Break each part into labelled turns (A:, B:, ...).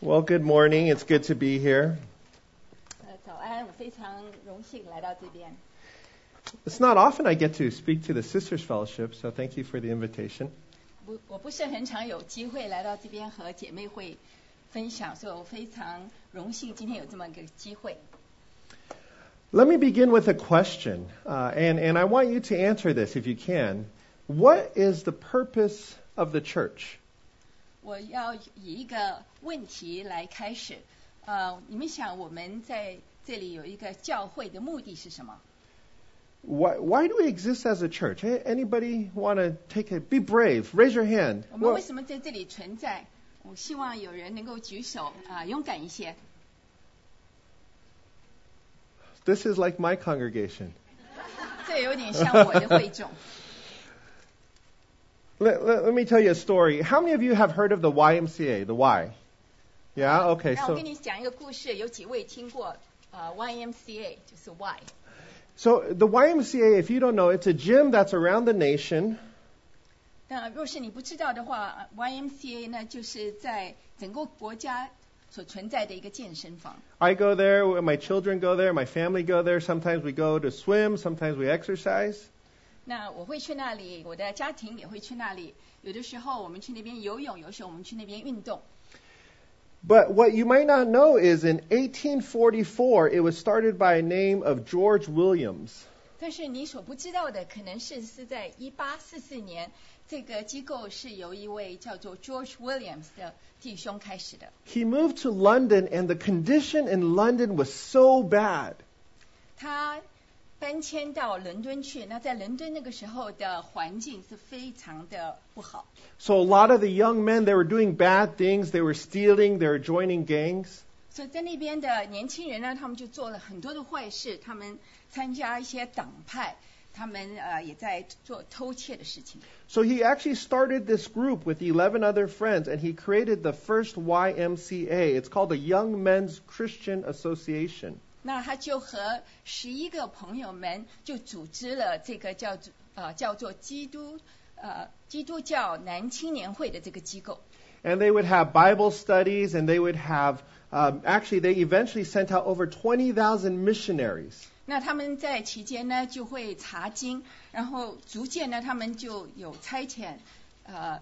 A: Well, good morning. It's good to be here.
B: 呃，早安，我非常荣幸来到这边。
A: It's not often I get to speak to the Sisters Fellowship, so thank you for the invitation.
B: 不，我不是很常有机会来到这边和姐妹会分享，所以我非常荣幸今天有这么一个机会。
A: Let me begin with a question, uh, and, and I want you to answer this if you can. What is the purpose of the church?
B: 我要以一个问题来开始，呃，你们想我们在这里有一个教会的目的是什么？
A: Why, why do we exist as a church? Eh, Anybody want to take a, be brave, raise your hand.
B: 我们
A: Well,
B: 为什么在这里存在？我希望有人能够举手啊、勇敢一些。
A: this is like my congregation.
B: 这有点像我的会众。
A: Let, let, let me tell you a story. How many of you have heard of the YMCA, the Y? Yeah, okay,
B: 那我
A: so.
B: 跟你讲一个故事，有几位听过呃 YMCA 就是 Y。
A: So the YMCA, if you don't know, it's a gym that's around the nation.
B: 那若是你不知道的话，YMCA 呢就是在整个国家所存在的一个健身房。
A: I go there, my children go there, my family go there. Sometimes we go to swim, sometimes we exercise.
B: 那我会去那里，我的家庭也会去那里。有的时候我们去那边游泳，有时候我们去那边运动。
A: But what you might not know is in 1844, it was started by a name of George Williams.
B: 但是你所不知道的，可能是是在1844年，这个机构是由一位叫做 George Williams 的弟兄开始的。
A: He moved to London, and the condition in London was so bad.
B: 他搬迁到伦敦去，那在伦敦那个时候的环境是非常的不好。
A: So a lot of the young men, they were doing bad things. They were stealing, they were joining gangs.
B: 所以在那边的年轻人呢，他们就做了很多的坏事，他们参加一些党派，他们呃也在做偷窃的事情。
A: So he actually started this group with 11 other friends, and he created the first YMCA. It's called the Young Men's Christian Association.
B: 那他就和十一个朋友们就组织了这个叫做呃叫做基督呃基督教男青年会的这个机构。
A: And they would have Bible studies, and they would have, um, actually, they eventually sent out over 20,000 missionaries.
B: 那他们在期间呢就会查经，然后逐渐呢他们就有差遣呃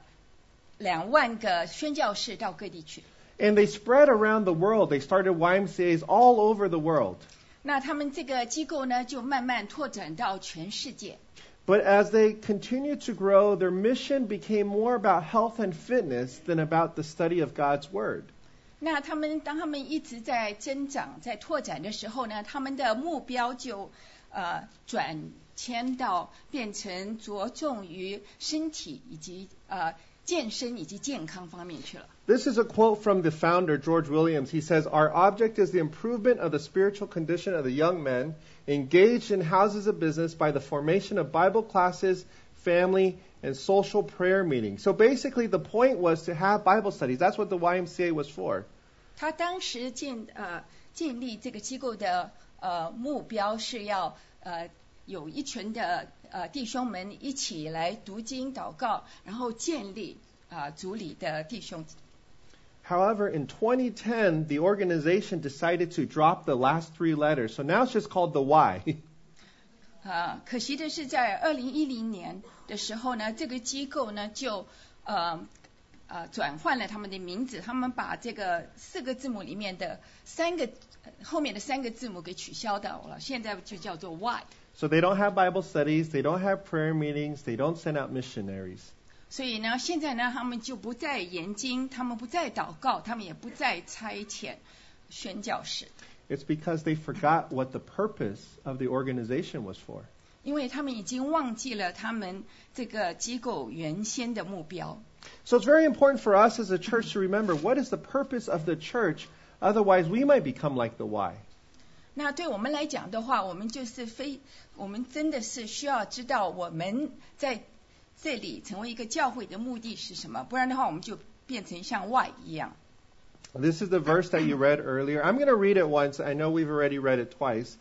B: 两万个宣教士到各地去。
A: And they spread around the world. They started YMCAs all over the world.
B: 那他们这个机构呢，就慢慢拓展到全世界。
A: But as they continued to grow, their mission became more about health and fitness than about the study of God's Word.
B: 那他们当他们一直在增长、在拓展的时候呢，他们的目标就呃转迁到变成着重于身体以及呃健身以及健康方面去了。
A: This is a quote from the founder, George Williams. He says, Our object is the improvement of the spiritual condition of the young men engaged in houses of business by the formation of Bible classes, family, and social prayer meetings. So basically, the point was to have Bible studies. That's what the YMCA was for.
B: 他当时建呃建立这个机构的呃目标是要呃有一群的呃弟兄们一起来读经祷告，然后建立啊、呃组里的弟兄
A: However, in 2010, the organization decided to drop the last three letters. So now it's just called the Y.
B: 呃，可惜的是，在二零一零年的时候呢，这个机构呢就呃呃转换了他们的名字，他们把这个四个字母里面的三个呃后面的三个字母给取消掉了，现在就叫做 Y。
A: so they don't have Bible studies, they don't have prayer meetings, they don't send out missionaries.
B: 所以呢，现在呢，他们就不再研经，他们不再祷告，他们也不再差遣宣教士，
A: It's because they forgot what the purpose of the organization was for.
B: 因为他们已经忘记了他们这个机构原先的目标。
A: So it's very important for us as a church to remember what is the purpose of the church. Otherwise, we might become like the Y.
B: 那对我们来讲的话，我们就是非，我们真的是需要知道我们在这里成为一个教会的目的是什么，不然的话，我们就变成像 Y 一样。
A: This is the verse that you read earlier. I'm going to read it once. I know we've already read it twice.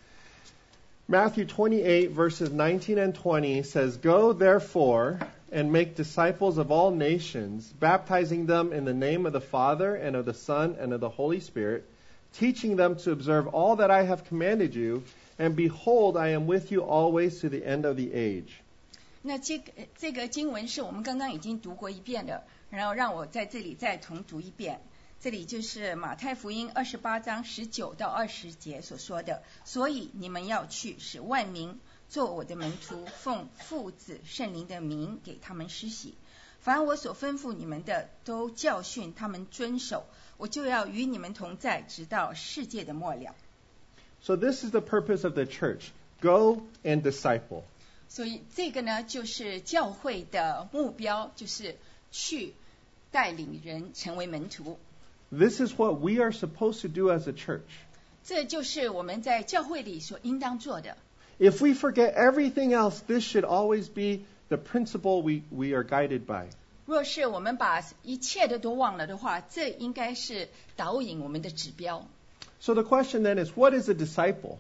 A: Matthew 28, verses 19 and 20 says, Go therefore and make disciples of all nations, baptizing them in the name of the Father and of the Son and of the Holy Spirit, teaching them to observe all that I have commanded you, and behold, I am with you always to the end of the age.
B: 那这个这个经文是我们刚刚已经读过一遍的，然后让我在这里再重读一遍。这里就是马太福音二十八章十九到二十节所说的，所以你们要去，使万民做我的门徒，奉父子圣灵的名给他们施洗。凡我所吩咐你们的，都教训他们遵守。我就要与你们同在，直到世界的末了。
A: So, this is the purpose of the church go and disciple.
B: 所以这个呢，就是教会的目标，就是去带领人成为门徒。
A: This is what we are supposed to do as a church.
B: 这就是我们在教会里所应当做的。
A: If we forget everything else, this should always be the principle we, we are guided by.
B: 若是我们把一切的都忘了的话，这应该是导引我们的指标。
A: So, the question then is what is a disciple?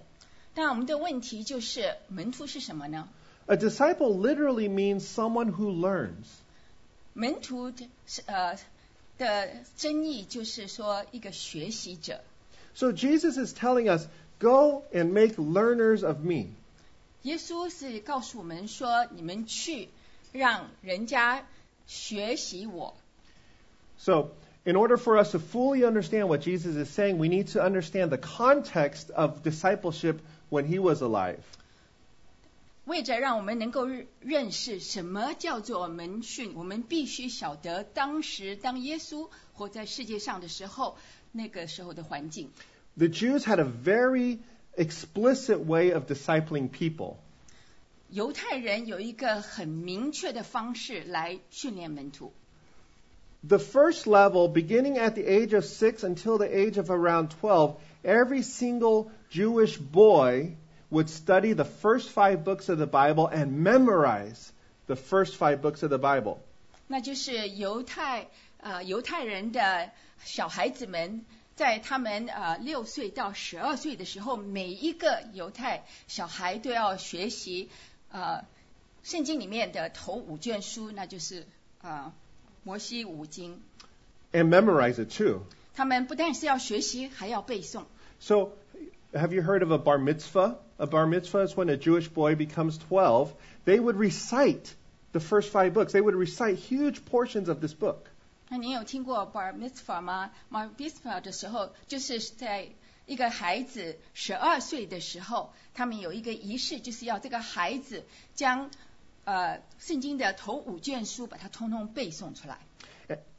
B: 但我们的问题就是，门徒是什么呢？
A: A disciple literally means someone who learns.
B: 门徒的是呃的争议就是说一个学习者。
A: So, Jesus is telling us, Go and make learners of me.
B: 耶稣是告诉我们说，你们去让人家学习我。
A: So, in order for us to fully understand what Jesus is saying, we need to understand the context of discipleship when he was alive.
B: 为着让我们能够认认识什么叫做门训，我们必须晓得当时当耶稣活在世界上的时候，那个时候的环境。
A: The Jews had a very explicit way of discipling people.
B: 犹太人有一个很明确的方式来训练门徒。
A: The first level, beginning at the age of six until the age of around 12, every single Jewish boy would study the first five books of the Bible and memorize the first five books of the Bible.
B: 那就是犹太呃犹太人的小孩子们，在他们呃六岁到十二岁的时候，每一个犹太小孩都要学习呃圣经里面的头五卷书，那就是呃摩西五经。
A: And memorize it too.
B: 他们不但是要学习，还要背诵。
A: So, have you heard of a bar mitzvah? A bar mitzvah is when a Jewish boy becomes 12. They would recite the first five books, they would recite huge portions of this book.
B: 那您有听过 bar mitzvah 吗？bar mitzvah 的时候，就是在一个孩子十二岁的时候，他们有一个仪式，就是要这个孩子将呃圣经的头五卷书把它通通背诵出来。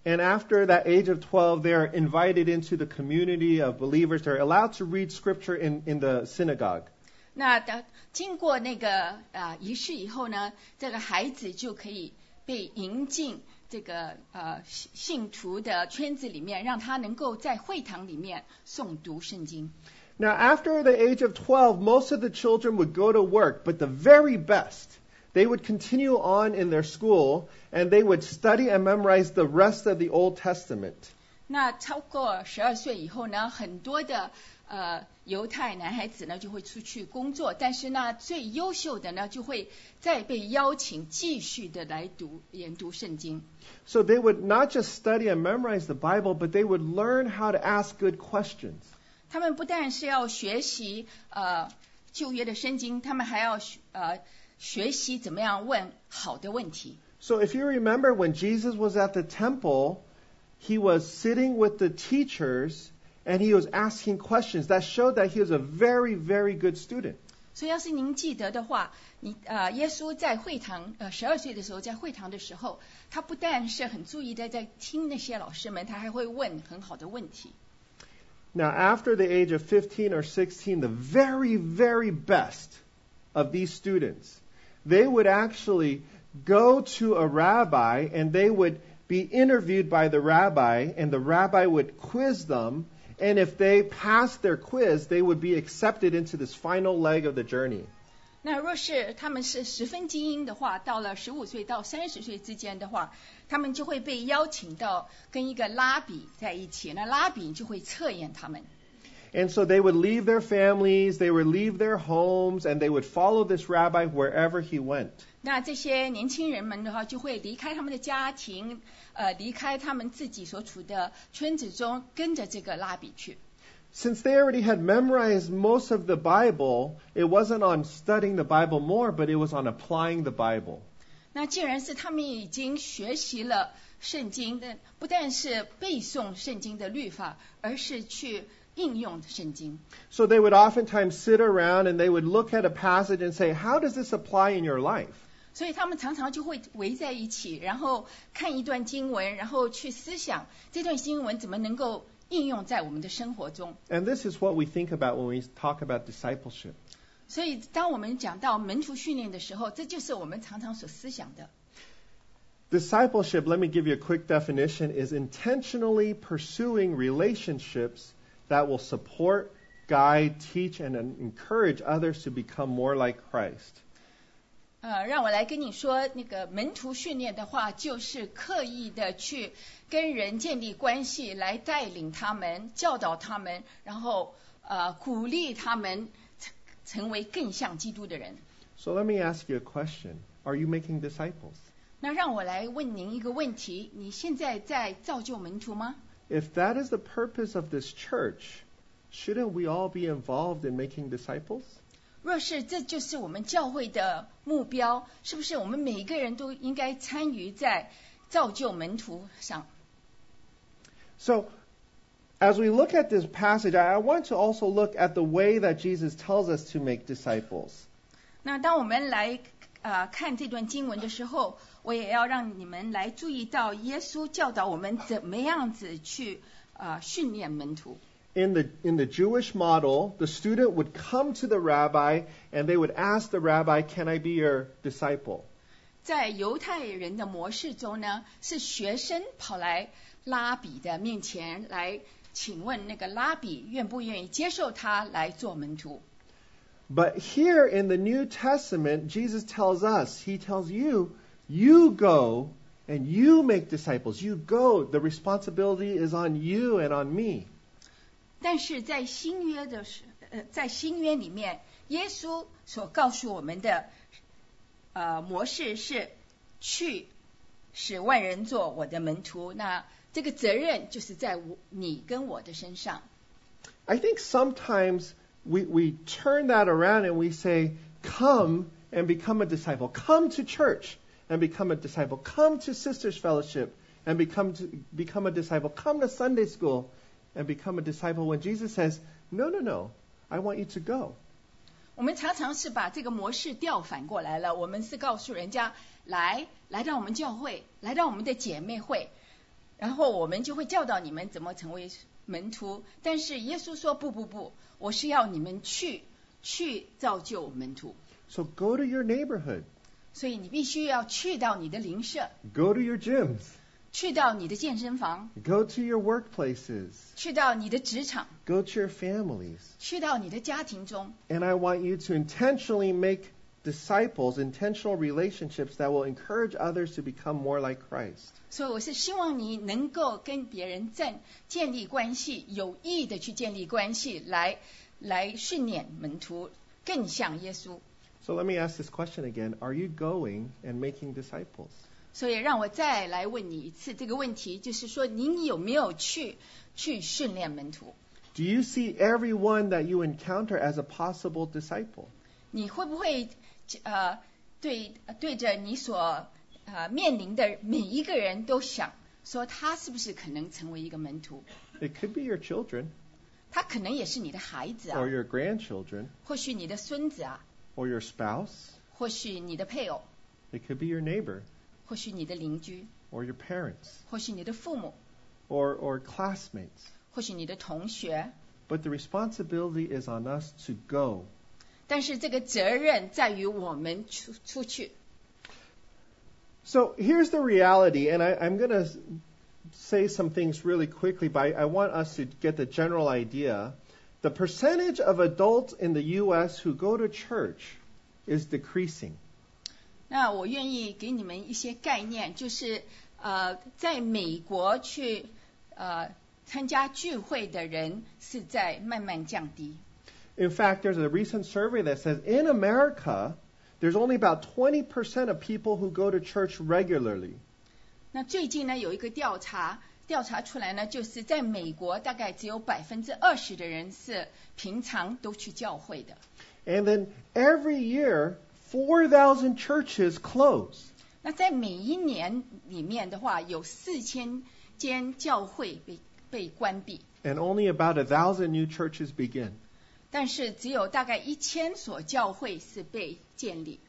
A: And after that age of 12, they are invited into the community of believers. They're allowed to read scripture in, in the synagogue.
B: 那的经过那个呃仪式以后呢，这个孩子就可以被迎进这个呃信信徒的圈子里面，让他能够在会堂里面诵读圣经。
A: Now, after the age of 12, most of the children would go to work, but the very best, they would continue on in their school and they would study and memorize the rest of the Old Testament.
B: 那超过十二岁以后呢，很多的呃犹太男孩子呢就会出去工作，但是呢最优秀的呢就会再被邀请继续的来读研读圣经。
A: So they would not just study and memorize the Bible, but they would learn how to ask good questions.
B: 他们不但是要学习呃旧约的圣经，他们还要学呃学习怎么样问好的问题。
A: So if you remember when Jesus was at the temple, he was sitting with the teachers and he was asking questions. That showed that he was a very, very good student.
B: 所以，要是您记得的话，你呃，耶稣在会堂呃十二岁的时候，在会堂的时候，他不但是很注意的在听那些老师们，他还会问很好的问题。
A: Now, after the age of 15 or 16, the very, very best of these students, they would actually go to a rabbi and they would be interviewed by the rabbi, and the rabbi would quiz them. And if they passed their quiz, they would be accepted into this final leg of the journey.
B: 那若是他们是十分精英的话，到了十五岁到三十岁之间的话，他们就会被邀请到跟一个拉比在一起，那拉比就会测验他们。
A: And so they would leave their families, they would leave their homes, and they would follow this rabbi wherever he went.
B: 那这些年轻人们的话，就会离开他们的家庭，呃，离开他们自己所处的村子中，跟着这个拉比去。
A: Since they already had memorized most of the Bible, it wasn't on studying the Bible more, but it was on applying the Bible.
B: 那既然是他们已经学习了圣经的，不但是背诵圣经的律法，而是去应用圣经。
A: So they would oftentimes sit around and they would look at a passage and say, How does this apply in your life?
B: 所以他们常常就会围在一起，然后看一段经文，然后去思想这段经文怎么能够应用在我们的生活中。
A: And this is what we think about when we talk about discipleship.
B: 所以，当我们讲到门徒训练的时候，这就是我们常常所思想的。
A: Discipleship, let me give you a quick definition, is intentionally pursuing relationships that will support, guide, teach, and encourage others to become more like Christ.
B: 呃，让我来跟你说，那个门徒训练的话，就是刻意的去跟人建立关系，来带领他们、教导他们，然后呃鼓励他们成成为更像基督的人。
A: So let me ask you a question Are you making disciples?
B: 那让我来问您一个问题：你现在在造就门徒吗？
A: If that is the purpose of this church, shouldn't we all be involved in making disciples?
B: 若是这就是我们教会的目标，是不是我们每一个人都应该参与在造就门徒上？
A: So, as we look at this passage, I I want to also look at the way that Jesus tells us to make disciples.
B: 那当我们来呃看这段经文的时候，我也要让你们来注意到耶稣教导我们怎么样子去呃训练门徒。
A: In the, in the Jewish model, the student would come to the rabbi and they would ask the rabbi, Can I be your disciple?
B: 在犹太人的模式中呢，是学生跑来拉比的面前来请问那个拉比愿不愿意接受他来做门徒。
A: But here in the New Testament, Jesus tells us, He tells you, you go and you make disciples. You go. The responsibility is on you and on me.
B: 但是在新约的时，呃，在新约里面，耶稣所告诉我们的呃模式是去使万人做我的门徒。那这个责任就是在我你跟我的身上。
A: I think sometimes we, we turn that around and we say, come and become a disciple. Come to church and become a disciple. Come to Sisters Fellowship and become, to, become a disciple. Come to Sunday school and become a disciple. When Jesus says, no, no, no, I want you to go.
B: 我们常常是把这个模式调反过来了，我们是告诉人家来来到我们教会，来到我们的姐妹会，然后我们就会教导你们怎么成为门徒。但是耶稣说不不不，我是要你们去去造就门徒，
A: So go to your neighborhood,
B: 所以你必须要去到你的邻舍，
A: go to your gyms,
B: 去到你的健身房，
A: go to your workplaces,
B: 去到你的职场，
A: go to your families.
B: 去到你的家庭中。
A: And I want you to intentionally make disciples, intentional relationships that will encourage others to become more like Christ.
B: 所以我是希望你能够跟别人建建立关系，有意的去建立关系，来来训练门徒更像耶稣。
A: So let me ask this question again. Are you going and making disciples?
B: 所以让我再来问你一次这个问题，就是说您有没有去去训练门徒？
A: Do you see everyone that you encounter as a possible disciple?
B: 你会不会呃对对着你所呃面临的每一个人都想说他是不是可能成为一个门徒？
A: It could be your children
B: 他可能也是你的孩子
A: or
B: 啊，
A: your grandchildren
B: 或许你的孙子啊，
A: or your spouse.
B: 或许你的配偶，
A: It could be your neighbor
B: 或许你的邻居。
A: or your parents
B: 或许你的父母，
A: or, or classmates.
B: 或许你的同学，
A: But the responsibility is on us to go.
B: 但是这个责任在于我们出出去。
A: So here's the reality, and I, I'm going to say some things really quickly, but I, I want us to get the general idea. The percentage of adults in the U.S. who go to church is decreasing.
B: 那我愿意给你们一些概念，就是呃，在美国去呃参加聚会的人是在慢慢降低。
A: In fact, there's a recent survey that says in America, there's only about 20% of people who go to church regularly.
B: 那最近呢有一个调查，调查出来呢，就是在美国大概只有百分之二十的人是平常都去教会的。
A: And then every year, 4,000 churches close.
B: 那在每一年里面的话，有四千间教会被被关闭，
A: And only about a thousand new churches begin.
B: 但是只有大概一千所教会是被建立。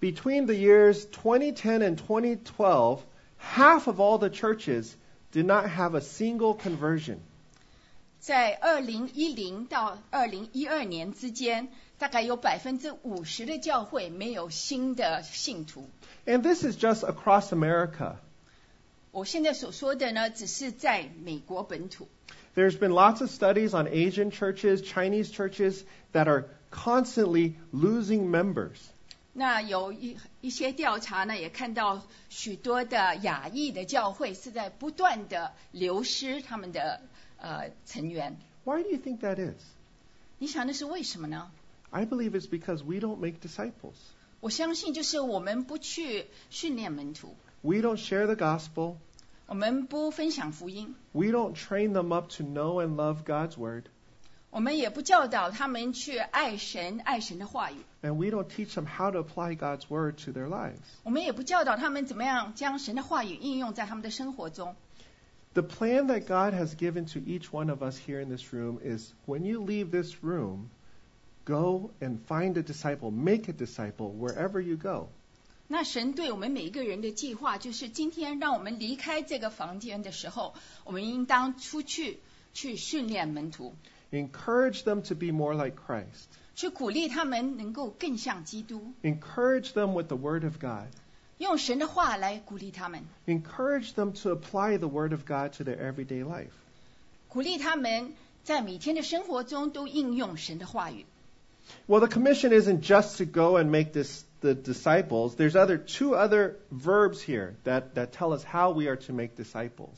A: Between the years 2010 and 2012, half of all the churches did not have a single conversion.
B: 在二零一零到二零一二年之间，大概有百分之五十的教会没有新的信徒。
A: And this is just across America.
B: 我现在所说的呢，只是在美国本土。
A: There's been lots of studies on Asian churches, Chinese churches that are constantly losing members.
B: 那有一一些调查呢，也看到许多的亚裔的教会是在不断的流失他们的呃成员。
A: Why do you think that is?
B: 你想那是为什么呢？
A: I believe it's because we don't make disciples.
B: 我相信就是我们不去训练门徒，
A: We don't share the gospel.
B: 我们不分享福音，
A: We don't train them up to know and love God's word.
B: 我们也不教导他们去爱神、爱神的话语，
A: And we don't teach them how to apply God's word to their lives.
B: 我们也不教导他们怎么样将神的话语应用在他们的生活中。
A: The plan that God has given to each one of us here in this room is when you leave this room, go and find a disciple, make a disciple wherever you go.
B: 那神对我们每一个人的计划，就是今天让我们离开这个房间的时候，我们应当出去去训练门徒，
A: Encourage them to be more like Christ.
B: 去鼓励他们能够更像基督，
A: Encourage them with the word of God.
B: 用神的话来鼓励他们，
A: Encourage them to apply the word of God to their everyday life.
B: 鼓励他们在每天的生活中都应用神的话语。
A: Well, the commission isn't just to go and make this the disciples. There's other two other verbs here that, that tell us how we are to make disciples.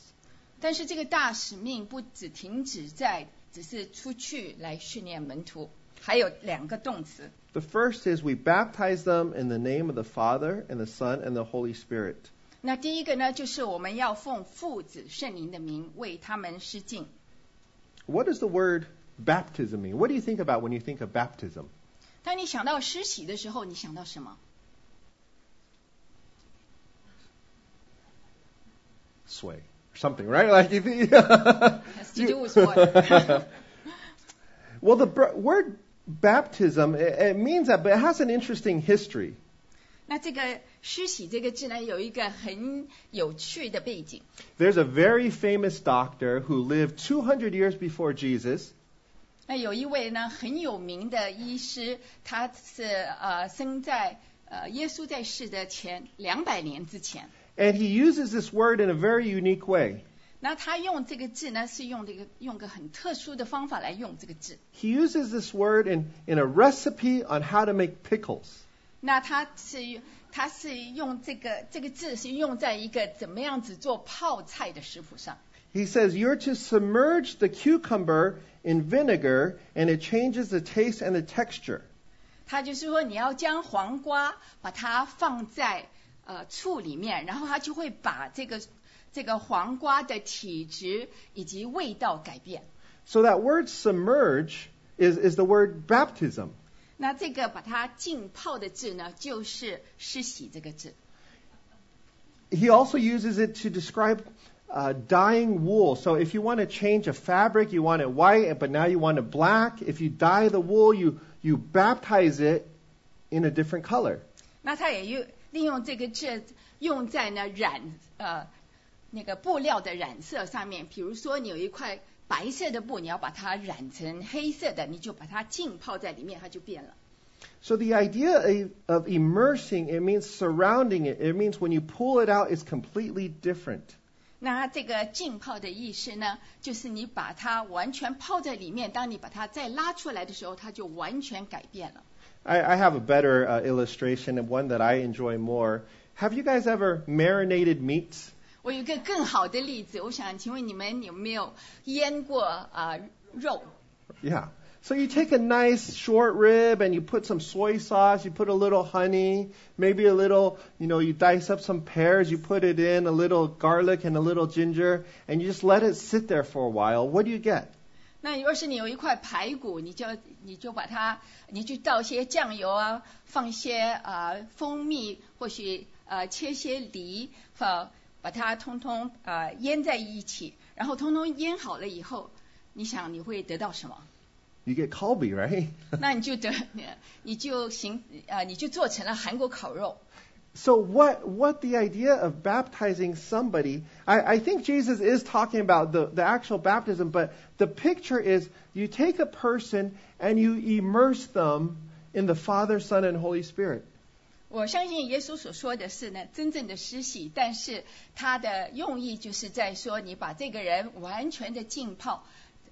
B: 但是这个大使命不只停止在只是出去来训练门徒，还有两个动词，
A: The first is we baptize them in the name of the Father and the Son and the Holy Spirit.
B: 那第一个呢，就是我们要奉父子圣灵的名为他们施浸。
A: What does the word baptism mean? What do you think about when you think of baptism?
B: 当你想到施洗的时候，你想到什么？
A: Sway or something, right? Like you think,
B: Has to do with what?
A: well, the br- word baptism it, it means that, but it has an interesting history.
B: 那这个施洗这个字呢，有一个很有趣的背景。
A: There's a very famous doctor who lived 200 years before Jesus,
B: 那有一位呢很有名的医师，他是呃生在呃耶稣在世的前两百年之前。
A: and he uses this word in a very unique way.
B: 那他用这个字呢，是用这个用个很特殊的方法来用这个字。
A: He uses this word in, in a recipe on how to make pickles.
B: 那他是他是用这个这个字是用在一个怎么样子做泡菜的食谱上。
A: He says you're to submerge the cucumber in vinegar and it changes the taste and the texture.
B: 他就是说你要将黄瓜把它放在呃醋里面，然后它就会把这个这个黄瓜的体质以及味道改变。
A: So that word submerge is, is the word baptism.
B: 那这个把它浸泡的字呢，就是湿洗这个字。
A: He also uses it to describe uh, dyeing wool. So if you want to change a fabric, you want it white, but now you want it black. If you dye the wool, you, you baptize it in a different color.
B: 那他也用利用这个字用在呢染呃那个布料的染色上面，比如说你有一块白色的布，你要把它染成黑色的，你就把它浸泡在里面，它就变了。
A: So the idea of- of immersing, it means surrounding it. It means when you pull it out, it's completely different.
B: 那它这个浸泡的意思呢，就是你把它完全泡在里面，当你把它再拉出来的时候，它就完全改变了。
A: I, I have a better uh, illustration and one that I enjoy more. Have you guys ever marinated meats?
B: 我有一个更好的例子，我想请问你们有没有腌过啊、呃肉？
A: Yeah. So you take a nice short rib and you put some soy sauce, you put a little honey, maybe a little, you know, you dice up some pears, you put it in, a little garlic and a little ginger, and you just let it sit there for a while. What do you get?
B: 那要是你有一块排骨，你就你就把它，你就倒些酱油啊，放些啊、呃蜂蜜，或许呃切些梨，呃把它通通呃腌在一起，然后通通腌好了以后，你想你会得到什么？
A: You get kalbi, right?
B: 那你就得你就行啊、呃你就做成了韩国烤肉。
A: So what what the idea of baptizing somebody? I, I think Jesus is talking about the, the actual baptism, but the picture is you take a person and you immerse them in the Father, Son, and Holy Spirit.
B: 我相信耶稣所说的是呢，真正的施洗，但是他的用意就是在说，你把这个人完全的浸泡，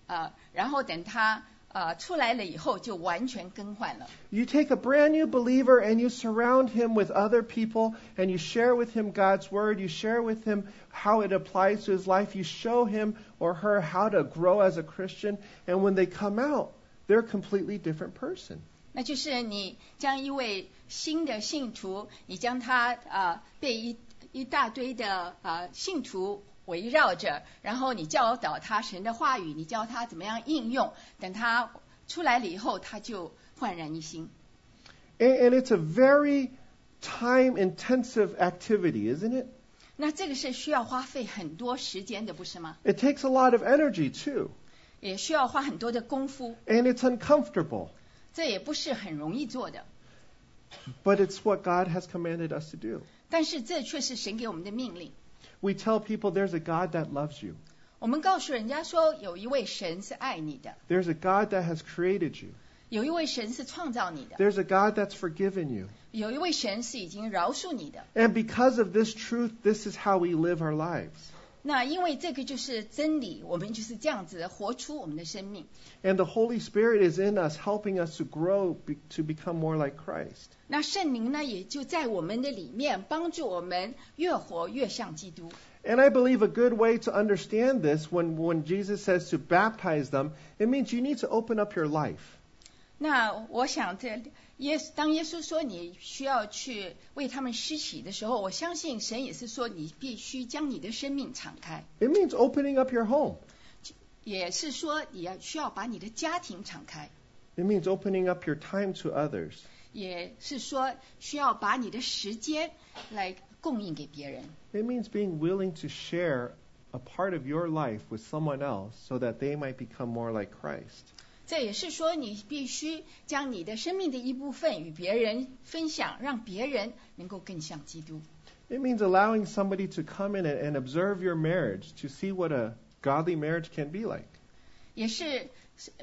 B: 啊、然后等他啊、呃出来了以后，就完全更换了。
A: You take a brand new believer and you surround him with other people and you share with him God's word, you share with him how it applies to his life, you show him or her how to grow as a Christian, and when they come out, they're a completely different person.
B: 那就是你将一位新的信徒，你将他啊、呃被一一大堆的啊、呃信徒围绕着，然后你教导他神的话语，你教他怎么样应用，等他出来了以后，他就焕然一新。
A: And, and it's a very time intensive activity, isn't it?
B: 那这个是需要花费很多时间的，不是吗？
A: It takes a lot of energy too,
B: 也需要花很多的功夫，
A: and it's uncomfortable,
B: 这也不是很容易做的。
A: but it's what God has commanded us to do.
B: 但是这却是神给我们的命令。
A: We tell people there's a God that loves you,
B: 我们告诉人家说，有一位神是爱你的，
A: there's a God that has created you,
B: 有一位神是创造你的，
A: there's a God that's forgiven you.
B: 有一位神是已经饶恕你的。
A: And because of this truth, this is how we live our lives.
B: 那因为这个就是真理，我们就是这样子活出我们的生命。
A: And the Holy Spirit is in us, helping us to grow be, to become more like Christ.
B: 那圣灵呢，也就在我们的里面帮助我们越活越像基督。
A: And I believe a good way to understand this when, when Jesus says to baptize them, it means you need to open up your life.
B: 那我想这耶稣，当耶稣说你需要去为他们施洗的时候，我相信神也是说你必须将你的生命敞开，
A: It means opening up your home.
B: 也是说你要需要把你的家庭敞开，
A: It means opening up your time to others.
B: 也是说需要把你的时间来供应给别人。
A: It means being willing to share a part of your life with someone else so that they might become more like Christ.
B: 这也是说，你必须将你的生命的一部分与别人分享，让别人能够更像基督。
A: It means allowing somebody to come in and, and observe your marriage to see what a godly marriage can be like.
B: 也是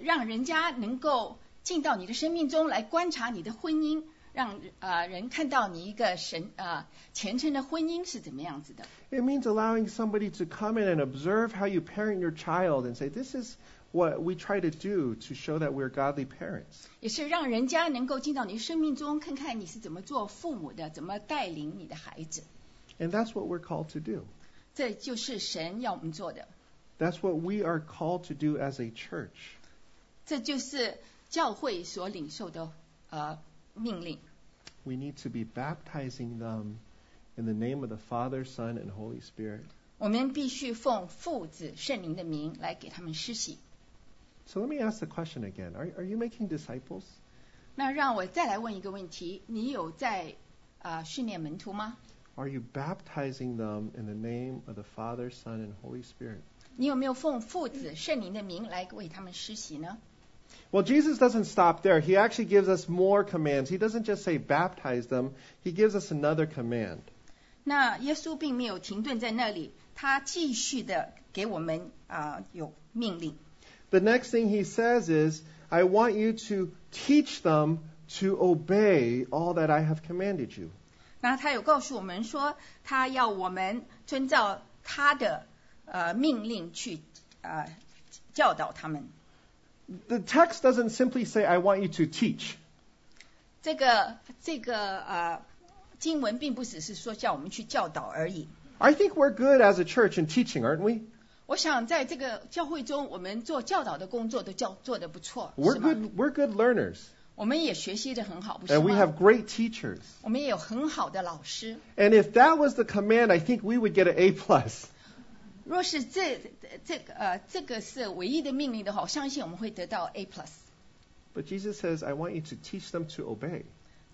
B: 让人家能够进到你的生命中来观察你的婚姻，让啊、呃人看到你一个神啊、呃虔诚的婚姻是怎么样子的。
A: It means allowing somebody to come in and observe how you parent your child and say, this is what we try to do to show that we're godly parents.
B: 也是让人家能够进到你的生命中，看看你是怎么做父母的，怎么带领你的孩子。
A: And that's what we're called to do.
B: 这就是神要我们做的，
A: That's what we are called to do as a church.
B: 这就是教会所领受的呃命令。
A: We need to be baptizing them in the name of the Father, Son, and Holy Spirit.
B: 我们必须奉父子圣灵的名来给他们施洗。
A: So let me ask the question again. Are, are you making disciples?
B: 那让我再来问一个问题：你有在啊、呃训练门徒吗？
A: Are you baptizing them in the name of the Father, Son, and Holy Spirit?
B: 你有没有奉父子圣灵的名来为他们施洗呢？
A: Well, Jesus doesn't stop there. He actually gives us more commands. He doesn't just say baptize them, he gives us another command.
B: 那耶稣并没有停顿在那里，他继续的给我们啊、呃有命令。
A: The next thing he says is, I want you to teach them to obey all that I have commanded you.
B: 那他有告诉我们说，他要我们遵照他的呃命令去呃教导他们。
A: The text doesn't simply say, I want you to teach.
B: 这个这个呃经文并不只是说叫我们去教导而已，
A: I think we're good as a church in teaching, aren't we?
B: 我想在这个教会中，我们做教导的工作都教做得不错，
A: We're
B: 是吗？
A: good. We're good learners,
B: 我们也学习得很好，不是
A: and we
B: 吗？
A: have great teachers.
B: 我们也有很好的老师。
A: And if that was the command, I think we would get an A plus.
B: 若是这这个呃这个是唯一的命令的话，我相信我们会得到 A plus。
A: But Jesus says, "I want you to teach them to obey."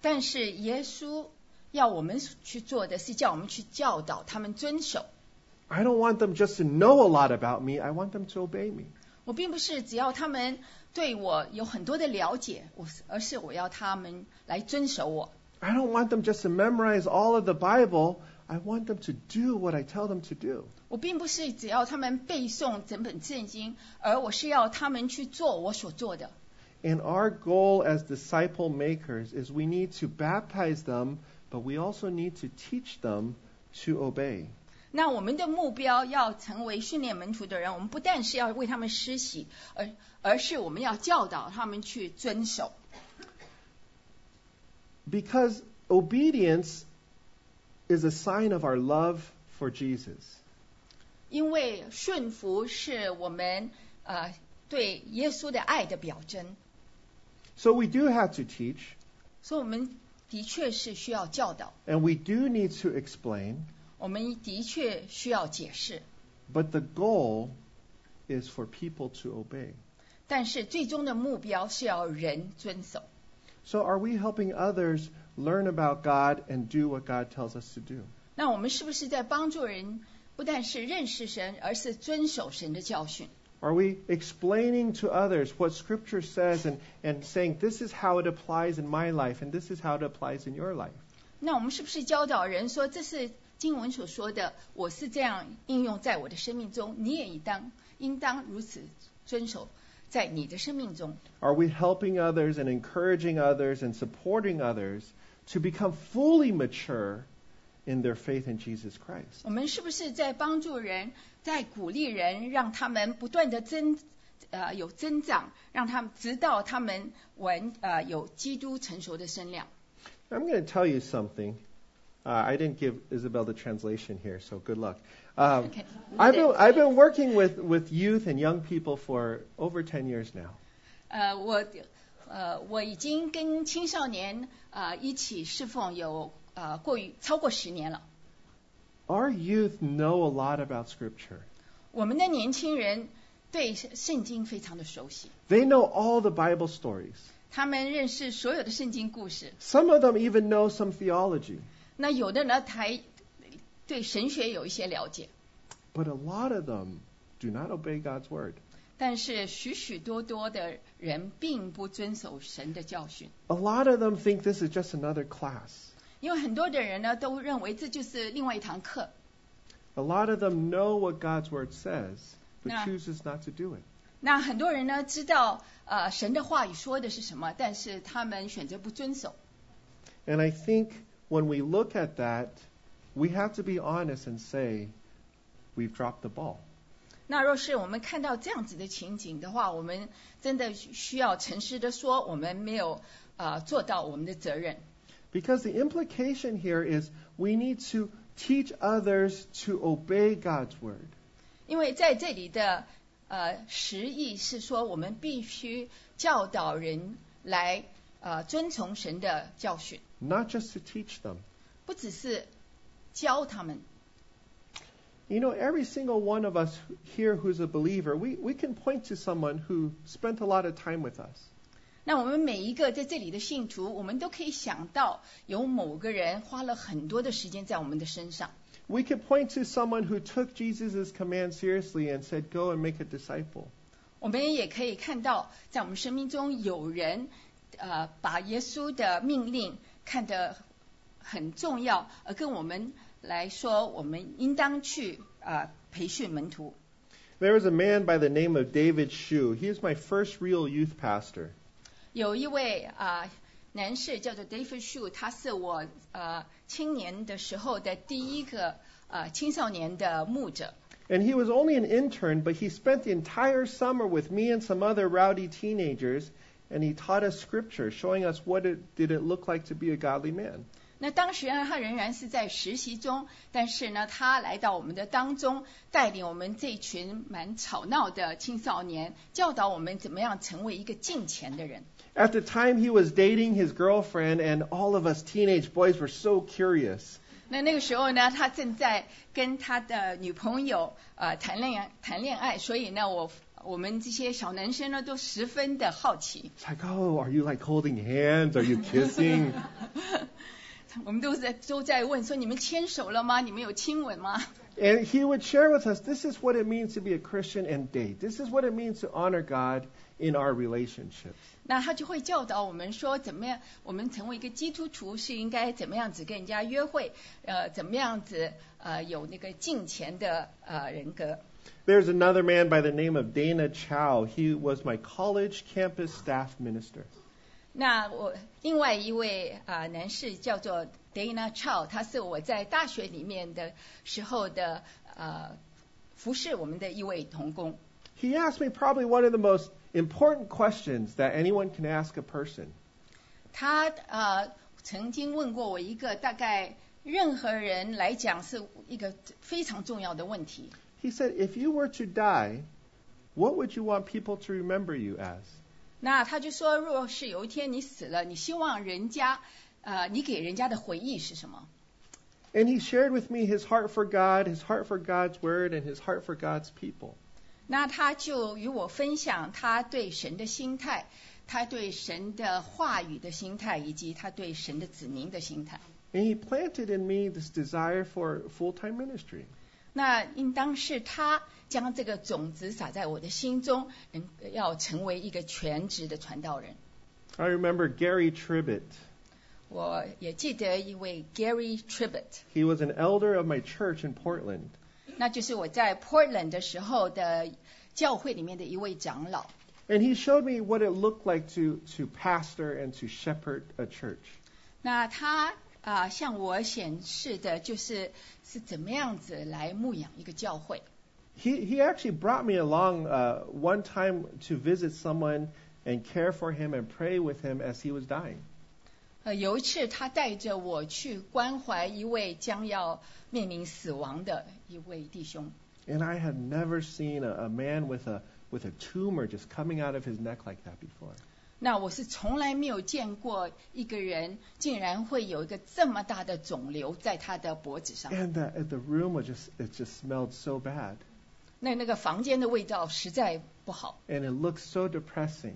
B: 但是耶稣要我们去做的是叫我们去教导他们遵守。
A: I don't want them just to know a lot about me. I want them to obey me.
B: 我并不是只要他们对我有很多的了解，我是而是我要他们来遵守我。
A: I don't want them just to memorize all of the Bible. I want them to do what I tell them to do.
B: 我并不是只要他们背诵整本圣经，而我是要他们去做我所做的。
A: And our goal as disciple makers is we need to baptize them, but we also need to teach them to obey.
B: 那我们的目标要成为训练门徒的人，我们不但是要为他们施洗，而而是我们要教导他们去遵守。
A: Because obedience is a sign of our love for Jesus.
B: 因为顺服是我们呃对耶稣的爱的表征，
A: So we do have to teach,
B: 所以我们的确是需要教导，
A: and we do need to explain,
B: 我们的确需要解释，
A: but the goal is for people to obey.
B: 但是最终的目标是要人遵守。
A: So are we helping others learn about God and do what God tells us to do?
B: 那我们是不是在帮助人，不但是认识神，而是遵守神的教训？
A: Are we explaining to others what Scripture says and, and saying, this is how it applies in my life and this is how it applies in your life?
B: 那我们是不是教导人说，这是经文所说的，我是这样应用在我的生命中，你也应当应当如此遵守在你的生命中？
A: Are we helping others and encouraging others and supporting others to become fully mature in their faith in Jesus Christ?
B: 我们是不是在帮助人，在鼓励人，让他们不断的增呃有增长，让他们直到他们完呃有基督成熟的身量。
A: I'm going to tell you something. Uh, I didn't give Isabel the translation here, so good luck. Um,
B: Okay.
A: I've, been, I've been working with, with youth and young people for over 10 years now.
B: 呃，我呃我已经跟青少年呃一起侍奉有呃过于超过十年了。
A: Our youth know a lot about Scripture.
B: 我们的年轻人对圣经非常的熟悉，
A: They know all the Bible stories.
B: 他们认识所有的圣经故事。
A: Some of them even know some theology.
B: 那有的呢，还对神学有一些了解。
A: But a lot of them do not obey God's word.
B: 但是许许多多的人并不遵守神的教训，
A: A lot of them think this is just another class.
B: 因为很多的人呢都认为这就是另外一堂课。
A: A lot of them know what God's word says, but
B: Nah.
A: chooses not to do it.
B: 那很多人呢知道呃神的话语说的是什么，但是他们选择不遵守。
A: And I think when we look at that, we have to be honest and say, we've dropped the ball.
B: 那若是我们看到这样子的情景的话，我们真的需要诚实的说，我们没有呃做到我们的责任。
A: Because the implication here is we need to teach others to obey God's word.
B: 因为在这里的呃实意是说，我们必须教导人来呃遵从神的教训，
A: not just to teach them.
B: 不只是教他们。
A: You know, every single one of us here who's a believer, we, we can point to someone who spent a lot of time with us.
B: 那我们每一个在这里的信徒，我们都可以想到有某个人花了很多的时间在我们的身上。
A: We can point to someone who took Jesus' command seriously and said, Go and make a disciple.
B: 我们也可以看到，在我们生命中有人呃把耶稣的命令看得很重要，而跟我们来说，我们应当去呃培训门徒。
A: There was a man by the name of David Shu. He was my first real youth pastor.
B: 有一位啊、呃男士叫做 David Shu，他是我呃青年的时候的第一个呃青少年的牧者。
A: And he was only an intern, but he spent the entire summer with me and some other rowdy teenagers, and he taught us scripture, showing us what it did it look like to be a godly man.
B: 那当时呢，他仍然是在实习中，但是呢，他来到我们的当中，带领我们这群蛮吵闹的青少年，教导我们怎么样成为一个敬虔的人。
A: At the time, he was dating his girlfriend, and all of us teenage boys were so curious.
B: 那那个时候呢，他正在跟他的女朋友呃谈恋爱谈恋爱，所以呢，我我们这些小男生呢都十分的好奇，
A: It's like, oh, are you like holding hands? Are you kissing?
B: 我们都在都在问说你们牵手了吗？你们有亲吻吗？
A: and he would share with us this is what it means to be a Christian and date. This is what it means to honor God in our relationship.
B: 那他就会教导我们说，怎么样，我们成为一个基督徒是应该怎么样子跟人家约会，呃，怎么样子呃有那个敬虔的呃人格。
A: There's another man by the name of Dana Chow. He was my college campus staff minister.
B: 那我另外一位啊、呃男士叫做 Dana Chow，他是我在大学里面的时候的呃服侍我们的一位童工。
A: He asked me probably one of the most important questions that anyone can ask a person.
B: 他呃曾经问过我一个大概任何人来讲是一个非常重要的问题。
A: He said, If you were to die, what would you want people to remember you as?
B: 那他就说，若是有一天你死了，你希望人家呃你给人家的回忆是什么？
A: And he shared with me his heart for God, his heart for God's word, and his heart for God's people.
B: 那他就与我分享他对神的心态，他对神的话语的心态，以及他对神的子民的心态。
A: And he planted in me this desire for full time ministry.
B: 那应当是他将这个种子撒在我的心中，能呃要成为一个全职的传道人。
A: I remember Gary Tribbett.
B: 我也记得一位 Gary Tribbett，
A: He was an elder of my church in Portland.
B: 那就是我在 Portland 的时候的教会里面的一位长老。
A: And he showed me what it looked like to, to pastor and to shepherd a church.
B: 那他啊、呃向我显示的就是是怎么样子来牧养一个教会。
A: He, he actually brought me along uh, one time to visit someone and care for him and pray with him as he was dying.
B: 呃，有一次他带着我去关怀一位将要面临死亡的一位弟兄。
A: And I had never seen a, a man with a, with a tumor just coming out of his neck like that before.
B: 那我是从来没有见过一个人竟然会有一个这么大的肿瘤在他的脖子上。
A: And the, the room was just, it just smelled so bad.
B: 那那个房间的味道实在不好，
A: And it looked so depressing.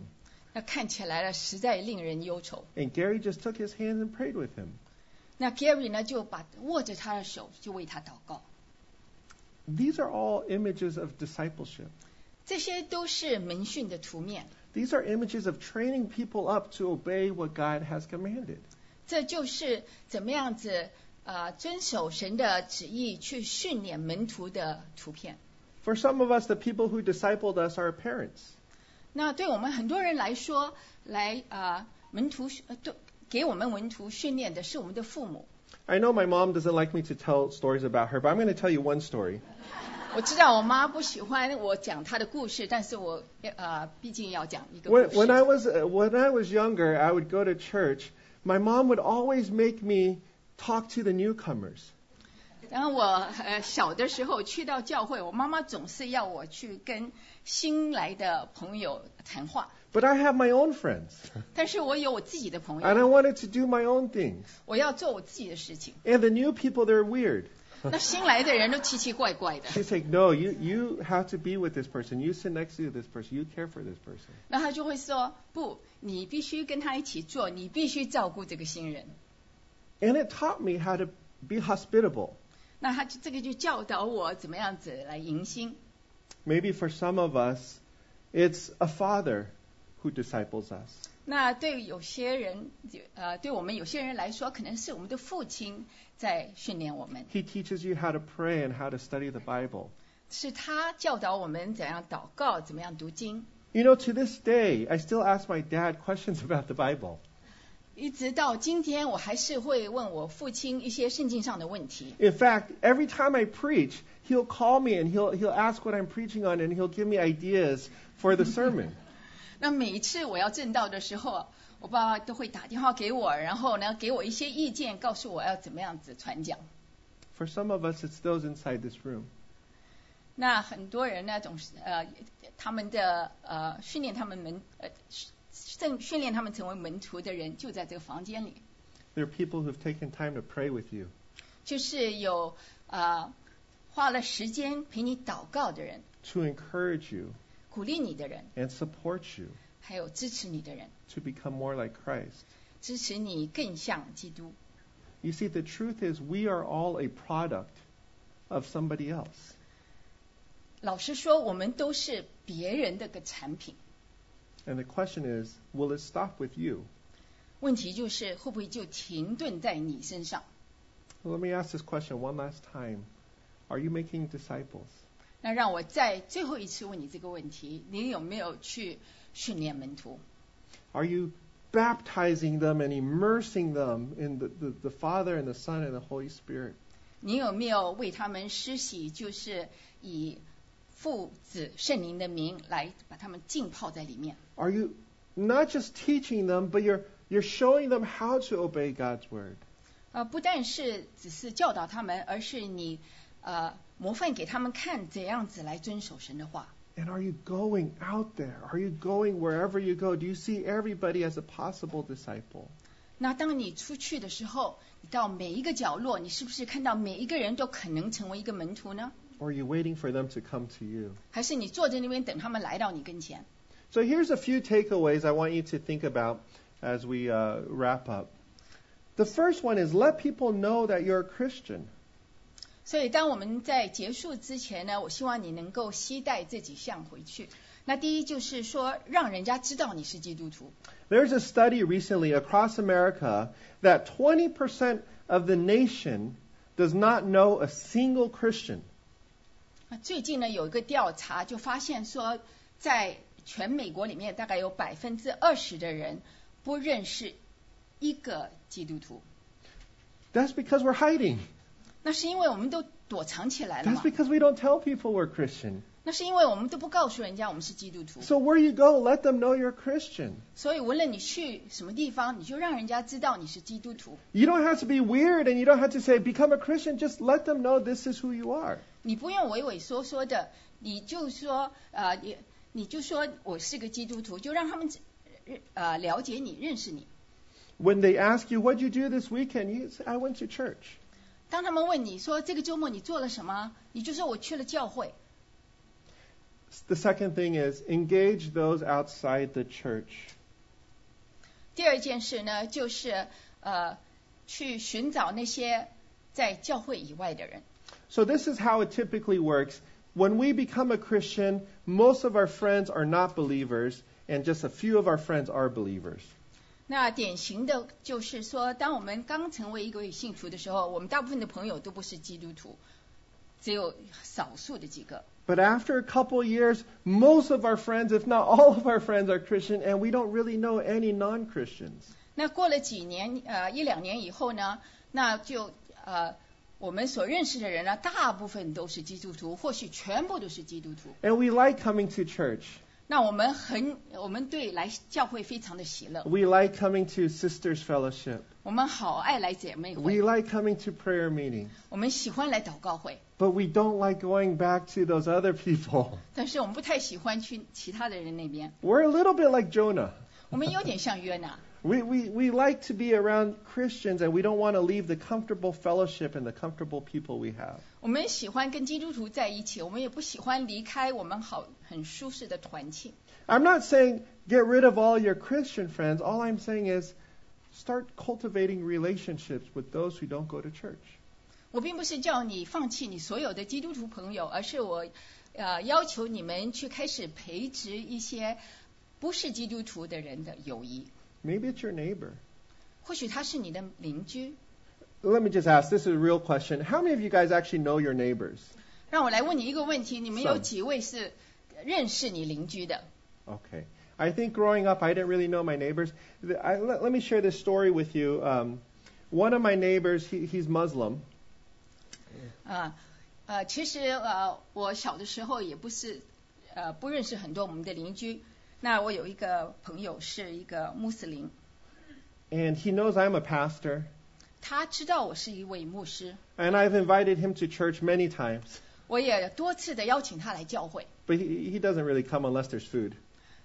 B: 那看起来呢实在令人忧愁。
A: And Gary just took his hands and prayed with him.
B: 那 Gary 呢就把握着他的手就为他祷告。
A: These are all images of discipleship.
B: 这些都是门训的图面，
A: These are images of training people up to obey what God has commanded.
B: 这就是怎么样子呃遵守神的旨意去训练门徒的图片。
A: For some of us, the people who discipled us are our parents.
B: 那对我们很多人来说，来啊、呃门徒训呃对给我们门徒训练的是我们的父母。
A: I know my mom doesn't like me to tell stories about her, but I'm going to tell you one story.
B: 我知道我妈不喜欢我讲她的故事，但是我呃毕竟要讲一个故
A: When, when I
B: 事。
A: was uh, when I was younger, I would go to church. My mom would always make me talk to the newcomers.
B: 然后我呃小的时候去到教会，我妈妈总是要我去跟新来的朋友谈话。
A: But I have my own friends,
B: 但是我有我自己的朋
A: and I
B: 友，
A: wanted to do my own things.
B: 我要做我自己的事情。
A: And the new people, they're weird.
B: 那新来的人都奇奇 怪怪的，
A: She's like, no, you, you have to be with this person. You sit next to this person. You care for this person.
B: 那他就会说：“不，你必须跟他一起做，你必须照顾这个新人。
A: And it taught me how to be hospitable. ”
B: 那他就这个就教导我怎么样子来迎新。
A: Maybe for some of us, it's a father who disciples us.
B: 那对有些人，呃，对我们有些人来说，可能是我们的父亲在训练我们，
A: He teaches you how to pray and how to study the Bible.
B: 是他教导我们怎样祷告，怎么样读经。
A: You know, to this day, I still ask my dad questions about the Bible.
B: 一直到今天，我还是会问我父亲一些圣经上的问题。
A: In fact, every time I preach, he'll call me and he'll, he'll ask what I'm preaching on and he'll give me ideas for the sermon.
B: 那每一次我要正道的时候，我爸爸都会打电话给我，然后呢给我一些意见，告诉我要怎么样子传讲。
A: For some of us, it's those inside this room.
B: 那很多人呢，总是呃，他们的呃训练他们门呃训训练他们成为门徒的人，就在这个房间里，
A: There are people who've taken time to pray with you.
B: 就是有呃花了时间陪你祷告的人，
A: to encourage you
B: 鼓励你的人，
A: and support you
B: 还有支持你的人，
A: to become more like Christ.
B: 支持你更像基督。
A: You see, the truth is, we are all a product of somebody else.
B: 老实说，我们都是别人的个产品。
A: And the question is, will it stop with you?
B: 问题就是会不会就停顿在你身上？
A: Well, let me ask this question one last time. Are you making disciples?
B: 那让我再最后一次问你这个问题：你有没有去训练门徒？
A: Are you baptizing them and immersing them in the, the, the Father and the Son and the Holy Spirit?
B: 你有没有为他们施洗，就是以父子圣灵的名来把他们浸泡在里面？
A: Are you not just teaching them, but you're, you're showing them how to obey God's word?
B: 呃，不但是只是教导他们，而是你呃模范给他们看怎样子来遵守神的话。
A: And are you going out there? Are you going wherever you go? Do you see everybody as a possible disciple?
B: 那当你出去的时候，你到每一个角落，你是不是看到每一个人都可能成为一个门徒呢？
A: Or are you waiting for them to come to you?
B: 还是你坐在那边等他们来到你跟前？
A: So here's a few takeaways I want you to think about as we uh, wrap up. The first one is let people know that you're a Christian.
B: 所以，当我们在结束之前呢，我希望你能够期待这几项回去。那第一就是说，让人家知道你是基督徒。
A: There's a study recently across America that 20% of the nation does not know a single Christian.
B: 那最近呢，有一个调查就发现说，在全美国里面，大概有百分之二十的人不认识一个基督徒。
A: That's because we're hiding.
B: 那是因为我们都躲藏起来了
A: That's
B: 嘛？
A: because we don't tell people we're Christian.
B: 那是因为我们都不告诉人家我们是基督徒。
A: So where you go, let them know you're a Christian.
B: 所以，无论你去什么地方，你就让人家知道你是基督徒。
A: You don't have to be weird and you don't have to say become a Christian. Just let them know this is who you are.
B: 你不用畏畏缩缩的，你就说呃，你你就说我是个基督徒，就让他们呃了解你、认识你。
A: When they ask you, what'd you do this weekend? You say, I went to church.
B: 当他们问你说这个周末你做了什么，你就说我去了教会。
A: The second thing is engage those outside the church.
B: 第二件事呢，就是呃去寻找那些在教会以外的人。
A: So this is how it typically works. When we become a Christian, most of our friends are not believers and just a few of our friends are believers.
B: 那典型的就是说，当我们刚成为一个伪信徒的时候，我们大部分的朋友都不是基督徒，只有少数的几个。
A: But after a couple years, most of our friends, if not all of our friends, are Christian, and we don't really know any non Christians.
B: 那过了几年，呃，一两年以后呢，那就呃，我们所认识的人呢，大部分都是基督徒，或许全部都是基督徒。
A: And we like coming to church.
B: 那我们很，我们对来教会非常的喜乐，
A: We like coming to sisters' fellowship.
B: 我们好爱来姐妹
A: We
B: 会，
A: like coming to prayer meetings.
B: 我们喜欢来祷告会，
A: But we don't like going back to those other people.
B: 但是我们不太喜欢去其他的人那边，
A: We're a little bit like Jonah.
B: 我们有点像约拿。
A: We, we, we like to be around Christians and we don't want to leave the comfortable fellowship and the comfortable people we have.
B: 我们喜欢跟基督徒在一起，我们也不喜欢离开我们好很舒适的团契。
A: I'm not saying get rid of all your Christian friends. All I'm saying is start cultivating relationships with those who don't go to church.
B: 我并不是叫你放弃你所有的基督徒朋友，而是我呃要求你们去开始培植一些不是基督徒的人的友谊。
A: Maybe it's your neighbor.
B: 或许他是你的邻居。
A: Let me just ask this is a real question. How many of you guys actually know your neighbors?
B: 让我来问你一个问题：你们有
A: 是
B: 几位是认识你邻居的？
A: Okay. I think growing up, I didn't really know my neighbors. The- I, let, let me share this story with you. Um, one of my neighbors, he, he's Muslim,
B: 啊呃，其实呃，我小的时候也不是呃不认识很多我们的邻居，那我有一个朋友是一个穆斯林，
A: and he knows I'm a pastor,
B: 他知道我是一位牧师，
A: and I've invited him to church many times,
B: 我也多次的邀请他来教会。
A: but he, he doesn't really come unless there's food.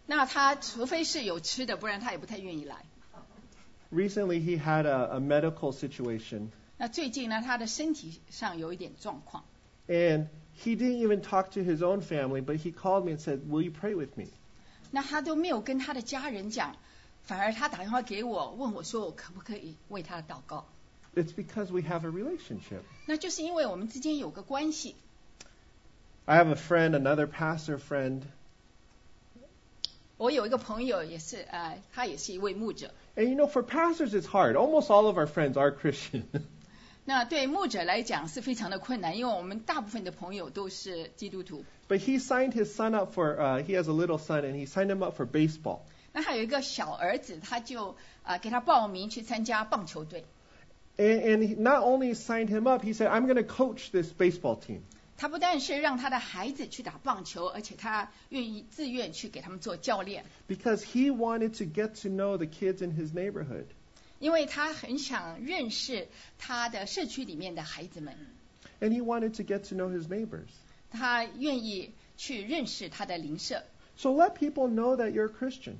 B: 那他除非是有吃的，不然他也不太愿意来。
A: Recently, he had a, a medical situation,
B: 那最近呢，他的身体上有一点状况，
A: and he didn't even talk to his own family, but he called me and said, Will you pray with me?
B: 那他都没有跟他的家人讲，反而他打电话给我，问我说我可不可以为他祷告。
A: It's because we have a relationship.
B: 那就是因为我们之间有个关系。
A: I have a friend, another pastor friend,
B: 我有一个朋友也是，呃，他也是一位牧者。
A: and you know, for pastors, it's hard. Almost all of our friends are Christian.
B: 那对牧者来讲是非常的困难，因为我们大部分的朋友都是基督徒。
A: But he signed his son up for, uh, he has a little son, and he signed him up for baseball.
B: 那还有一个小儿子，他就啊、呃给他报名去参加棒球队。
A: And, and he not only signed him up, he said, I'm going to coach this baseball team.
B: 他不但是让他的孩子去打棒球，而且他愿意自愿去给他们做教练，
A: Because he wanted to get to know the kids in his neighborhood.
B: 因为他很想认识他的社区里面的孩子们，
A: And he wanted to get to know his neighbors.
B: 他愿意去认识他的邻舍。
A: So let people know that you're a Christian.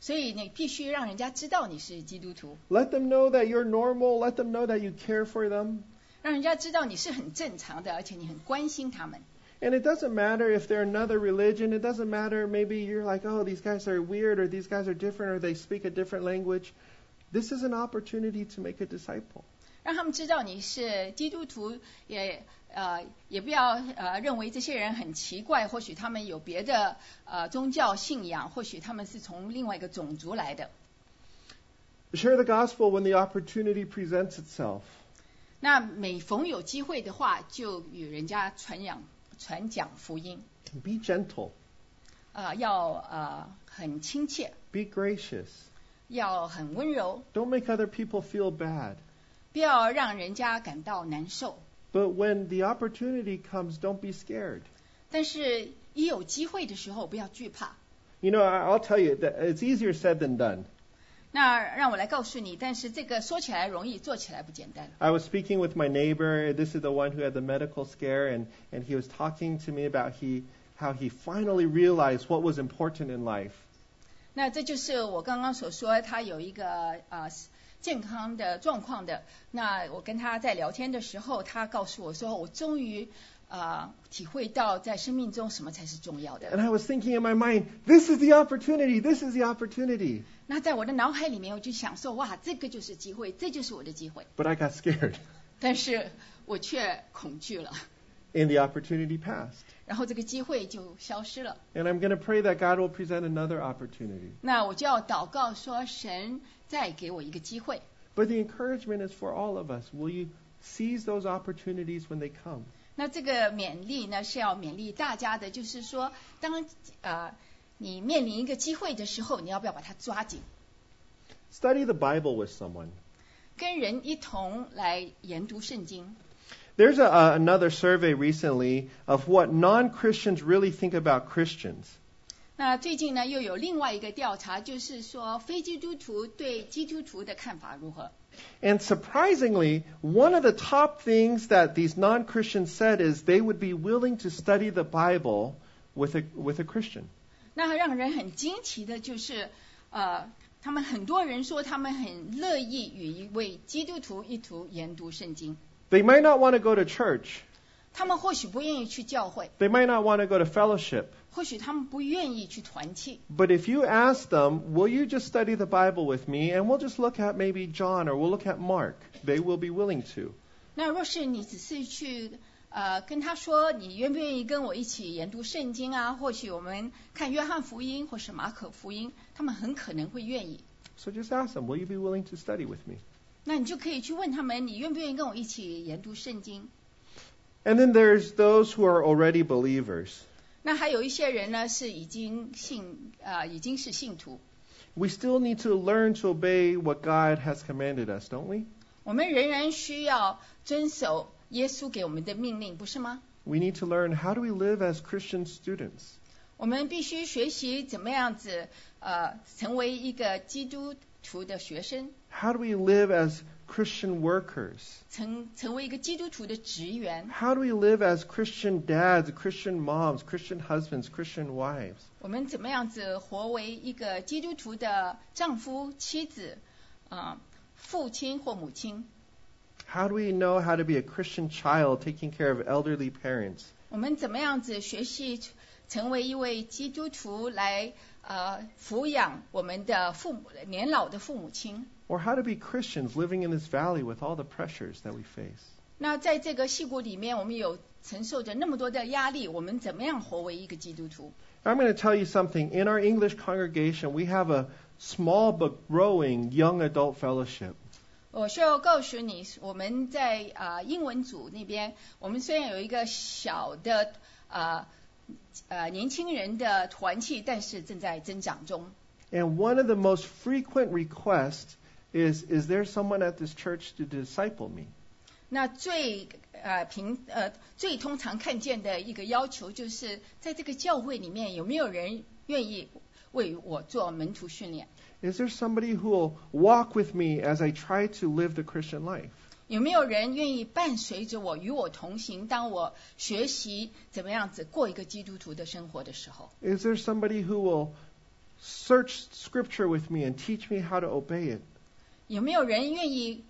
B: 所以你必须让人家知道你是基督徒，
A: Let them know that you're normal. Let them know that you care for them.
B: 让人家知道你是很正常的，而且你很关心他们。
A: And it doesn't matter if they're another religion. It doesn't matter. Maybe you're like, oh, these guys are weird or these guys are different or they speak a different language. This is an opportunity to make a disciple.
B: 让他们知道你是基督徒，也呃也不要呃认为这些人很奇怪，或许他们有别的呃宗教信仰，或许他们是从另外一个种族来的。
A: Share the gospel when the opportunity presents itself.
B: 那每逢有机会的话，就与人家传扬传讲福音，
A: Be gentle.
B: 啊、要呃很亲切，
A: Be gracious.
B: 要很温柔，
A: Don't make other people feel bad.
B: 不要让人家感到难受。
A: But when the opportunity comes, don't be scared.
B: 但是，一有机会的时候，不要惧怕。
A: You know, I- I'll tell you that it's easier said than done.
B: 那让我来告诉你，但是这个说起来容易，做起来不简单。
A: I was speaking with my neighbor. This is the one who had the medical scare, and, and he was talking to me about he how he finally realized what was important in life.
B: 那这就是我刚刚所说，他有一个呃健康的状况的。那我跟他在聊天的时候，他告诉我说，我终于啊、呃体会到在生命中什么才是重要的。
A: And I was thinking in my mind, this is the opportunity. This is the opportunity.
B: 那在我的脑海里面，我就想说，哇，这个就是机会，这就是我的机会。
A: But I got scared,
B: 但是我却恐惧了，
A: and the opportunity passed.
B: 然后这个机会就消失了。
A: And I'm going to pray that God will present another opportunity.
B: 那我就要祷告说，神再给我一个机会。
A: But the encouragement is for all of us. Will you seize those opportunities when they come?
B: 那这个勉励呢，是要勉励大家的，就是说，当呃你面临一个机会的时候，你要不要把它抓紧？
A: Study the Bible with someone.
B: 跟人一同来研读圣经。
A: There's a, a, another survey recently of what non Christians really think about Christians.
B: 那最近呢，又有另外一个调查，就是说非基督徒对基督徒的看法如何？
A: And surprisingly, one of the top things that these non Christians said is they would be willing to study the Bible with a, with a Christian.
B: 那让人很惊奇的就是，呃，他们很多人说他们很乐意与一位基督徒一同研读圣经。
A: They might not want to go to church,
B: 他们或许不愿意去教会，
A: they might not want to go to fellowship.
B: 或许他们不愿意去团契。
A: But if you ask them, will you just study the Bible with me and we'll just look at maybe John or we'll look at Mark, they will be willing to.
B: 那若是你只是去呃跟他说你愿不愿意跟我一起研读圣经啊，或许我们看约翰福音或是马可福音，他们很可能会愿意。
A: So just ask them, will you be willing to study with me?
B: 那你就可以去问他们，你愿不愿意跟我一起研读圣经？
A: And then there's those who are already believers.
B: 那还有一些人呢是已经信呃已经是信徒，
A: We still need to learn to obey what God has commanded us, don't we?
B: 我们仍然需要遵守耶稣给我们的命令，不是吗？
A: We need to learn how do we live as Christian students?
B: 我们必须学习怎么样子呃成为一个基督徒的学生，
A: How do we live as Christian workers?
B: 成成为一个基督徒的职员。
A: How do we live as Christian dads, Christian moms, Christian husbands, Christian wives?
B: 我们怎么样子活为一个基督徒的丈夫、妻子、啊、父亲或母亲？
A: How do we know how to be a Christian child taking care of elderly parents?
B: 我们怎么样子学习成为一位基督徒来呃抚养我们的父母年老的父母亲？
A: Or how to be Christians living in this valley with all the pressures that we face?
B: 那在这个戏骨里面，我们有承受着那么多的压力，我们怎么样活为一个基督徒？
A: I'm going to tell you something. In our English congregation, we have a small but growing young adult fellowship.
B: 我需要告诉你，我们在啊、呃英文组那边，我们虽然有一个小的啊呃呃年轻人的团契，但是正在增长中。
A: And one of the most frequent requests is Is there someone at this church to disciple me?
B: 那最呃平呃最通常看见的一个要求，就是在这个教会里面有没有人愿意为我做门徒训练？
A: Is there somebody who will walk with me as I try to live the Christian life?
B: 有没有人愿意伴随着我与我同行？当我学习怎么样子过一个基督徒的生活的时候，
A: Is there somebody who will search Scripture with me and teach me how to obey it?
B: 有没有人愿意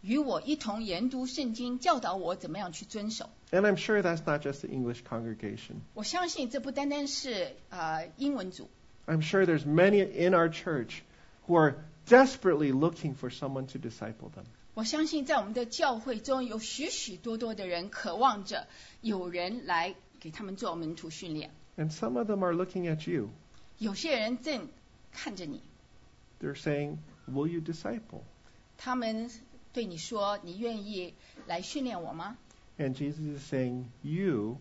B: 与我一同研读圣经，教导我怎么样去遵守？
A: And I'm sure that's not just the English congregation.
B: 我相信这不单单是呃英文组，
A: I'm sure there's many in our church who are desperately looking for someone to disciple them.
B: 我相信在我们的教会中有许许多多的人渴望着有人来给他们做门徒训练，
A: And some of them are looking at you.
B: 有些人正看着你，
A: They're saying, Will you disciple?
B: 他们对你说：“你愿意来训练我吗？”
A: And Jesus is saying, You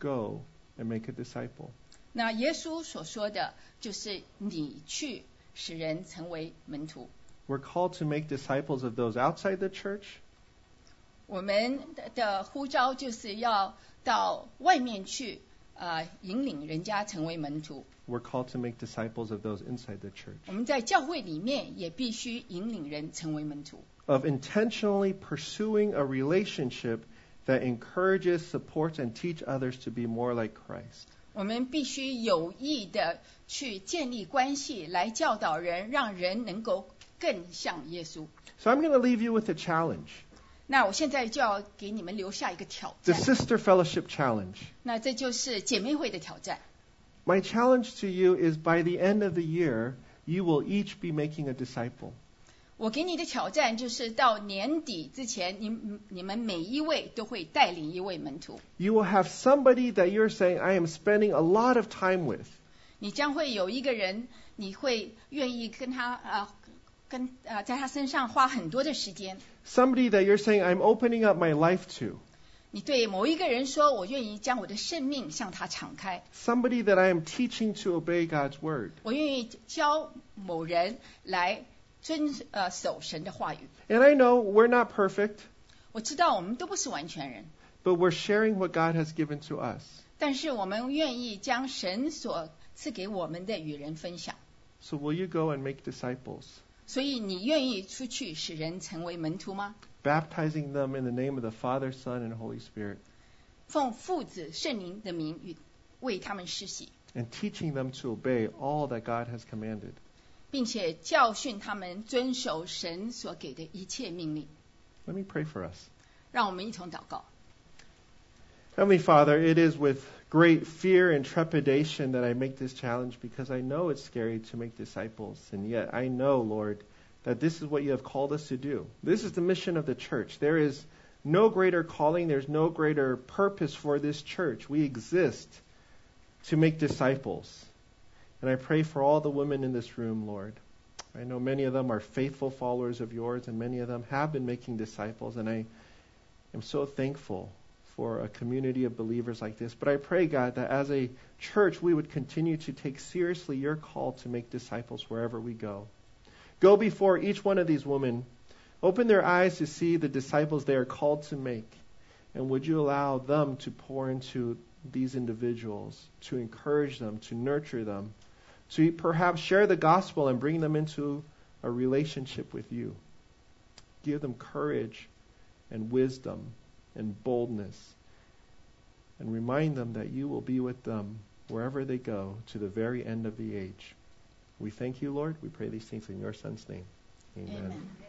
A: go and make a disciple.
B: 那耶稣所说的就是你去使人成为门徒。
A: We're called to make disciples of those outside the church
B: 我们的呼召就是要到外面去，呃，引领人家成为门徒。
A: We're called to make disciples of those inside the church,
B: 我们在教会里面也必须引领人成为门徒。
A: of intentionally pursuing a relationship that encourages, supports, and teach others to be more like Christ.
B: 我们必须有意的去建立关系，来教导人，让人能够更像耶稣。
A: So I'm going to leave you with a challenge
B: 那我现在就要给你们留下一个挑
A: the
B: 战，
A: Sister Fellowship Challenge.
B: 那这就是姐妹会的挑战。
A: My challenge to you is by the end of the year, you will each be making a disciple.
B: 我给你的挑战就是到年底之前，你你们每一位都会带领一位门徒，
A: You will have somebody that you're saying, I am spending a lot of time with.
B: 你将会有一个人，你会愿意跟他啊、呃跟啊、呃在他身上花很多的时间。
A: Somebody that you're saying, I'm opening up my life to.
B: 你对某一个人说：“我愿意将我的生命向他敞开，
A: Somebody that I am teaching to obey God's word.
B: 我愿意教某人来遵呃守神的话语。
A: And I know we're not perfect, ”
B: 我知道我们都不是完全人，
A: but we're sharing what God has given to us.
B: 但是我们愿意将神所赐给我们的与人分享。
A: So will you go and make disciples,
B: 所以你愿意出去使人成为门徒吗？
A: baptizing them in the name of the Father, Son, and Holy Spirit,
B: 奉父子圣灵的名与为他们施洗，
A: and teaching them to obey all that God has commanded?
B: 并且教训他们遵守神所给的一切命令。
A: Let me pray for us.
B: 让我们一同祷告，
A: Heavenly Father, it is with great fear and trepidation that I make this challenge because I know it's scary to make disciples. And yet I know, Lord, that this is what you have called us to do. This is the mission of the church. There is no greater calling, there's no greater purpose for this church. We exist to make disciples. And I pray for all the women in this room, Lord. I know many of them are faithful followers of yours, and many of them have been making disciples. And I am so thankful for a community of believers like this. But I pray, God, that as a church, we would continue to take seriously your call to make disciples wherever we go. Go before each one of these women. Open their eyes to see the disciples they are called to make. And would you allow them to pour into these individuals, to encourage them, to nurture them, to perhaps share the gospel and bring them into a relationship with you. Give them courage and wisdom and boldness, and remind them that you will be with them wherever they go to the very end of the age. We thank you, Lord. We pray these things in your Son's name. Amen.
B: Amen.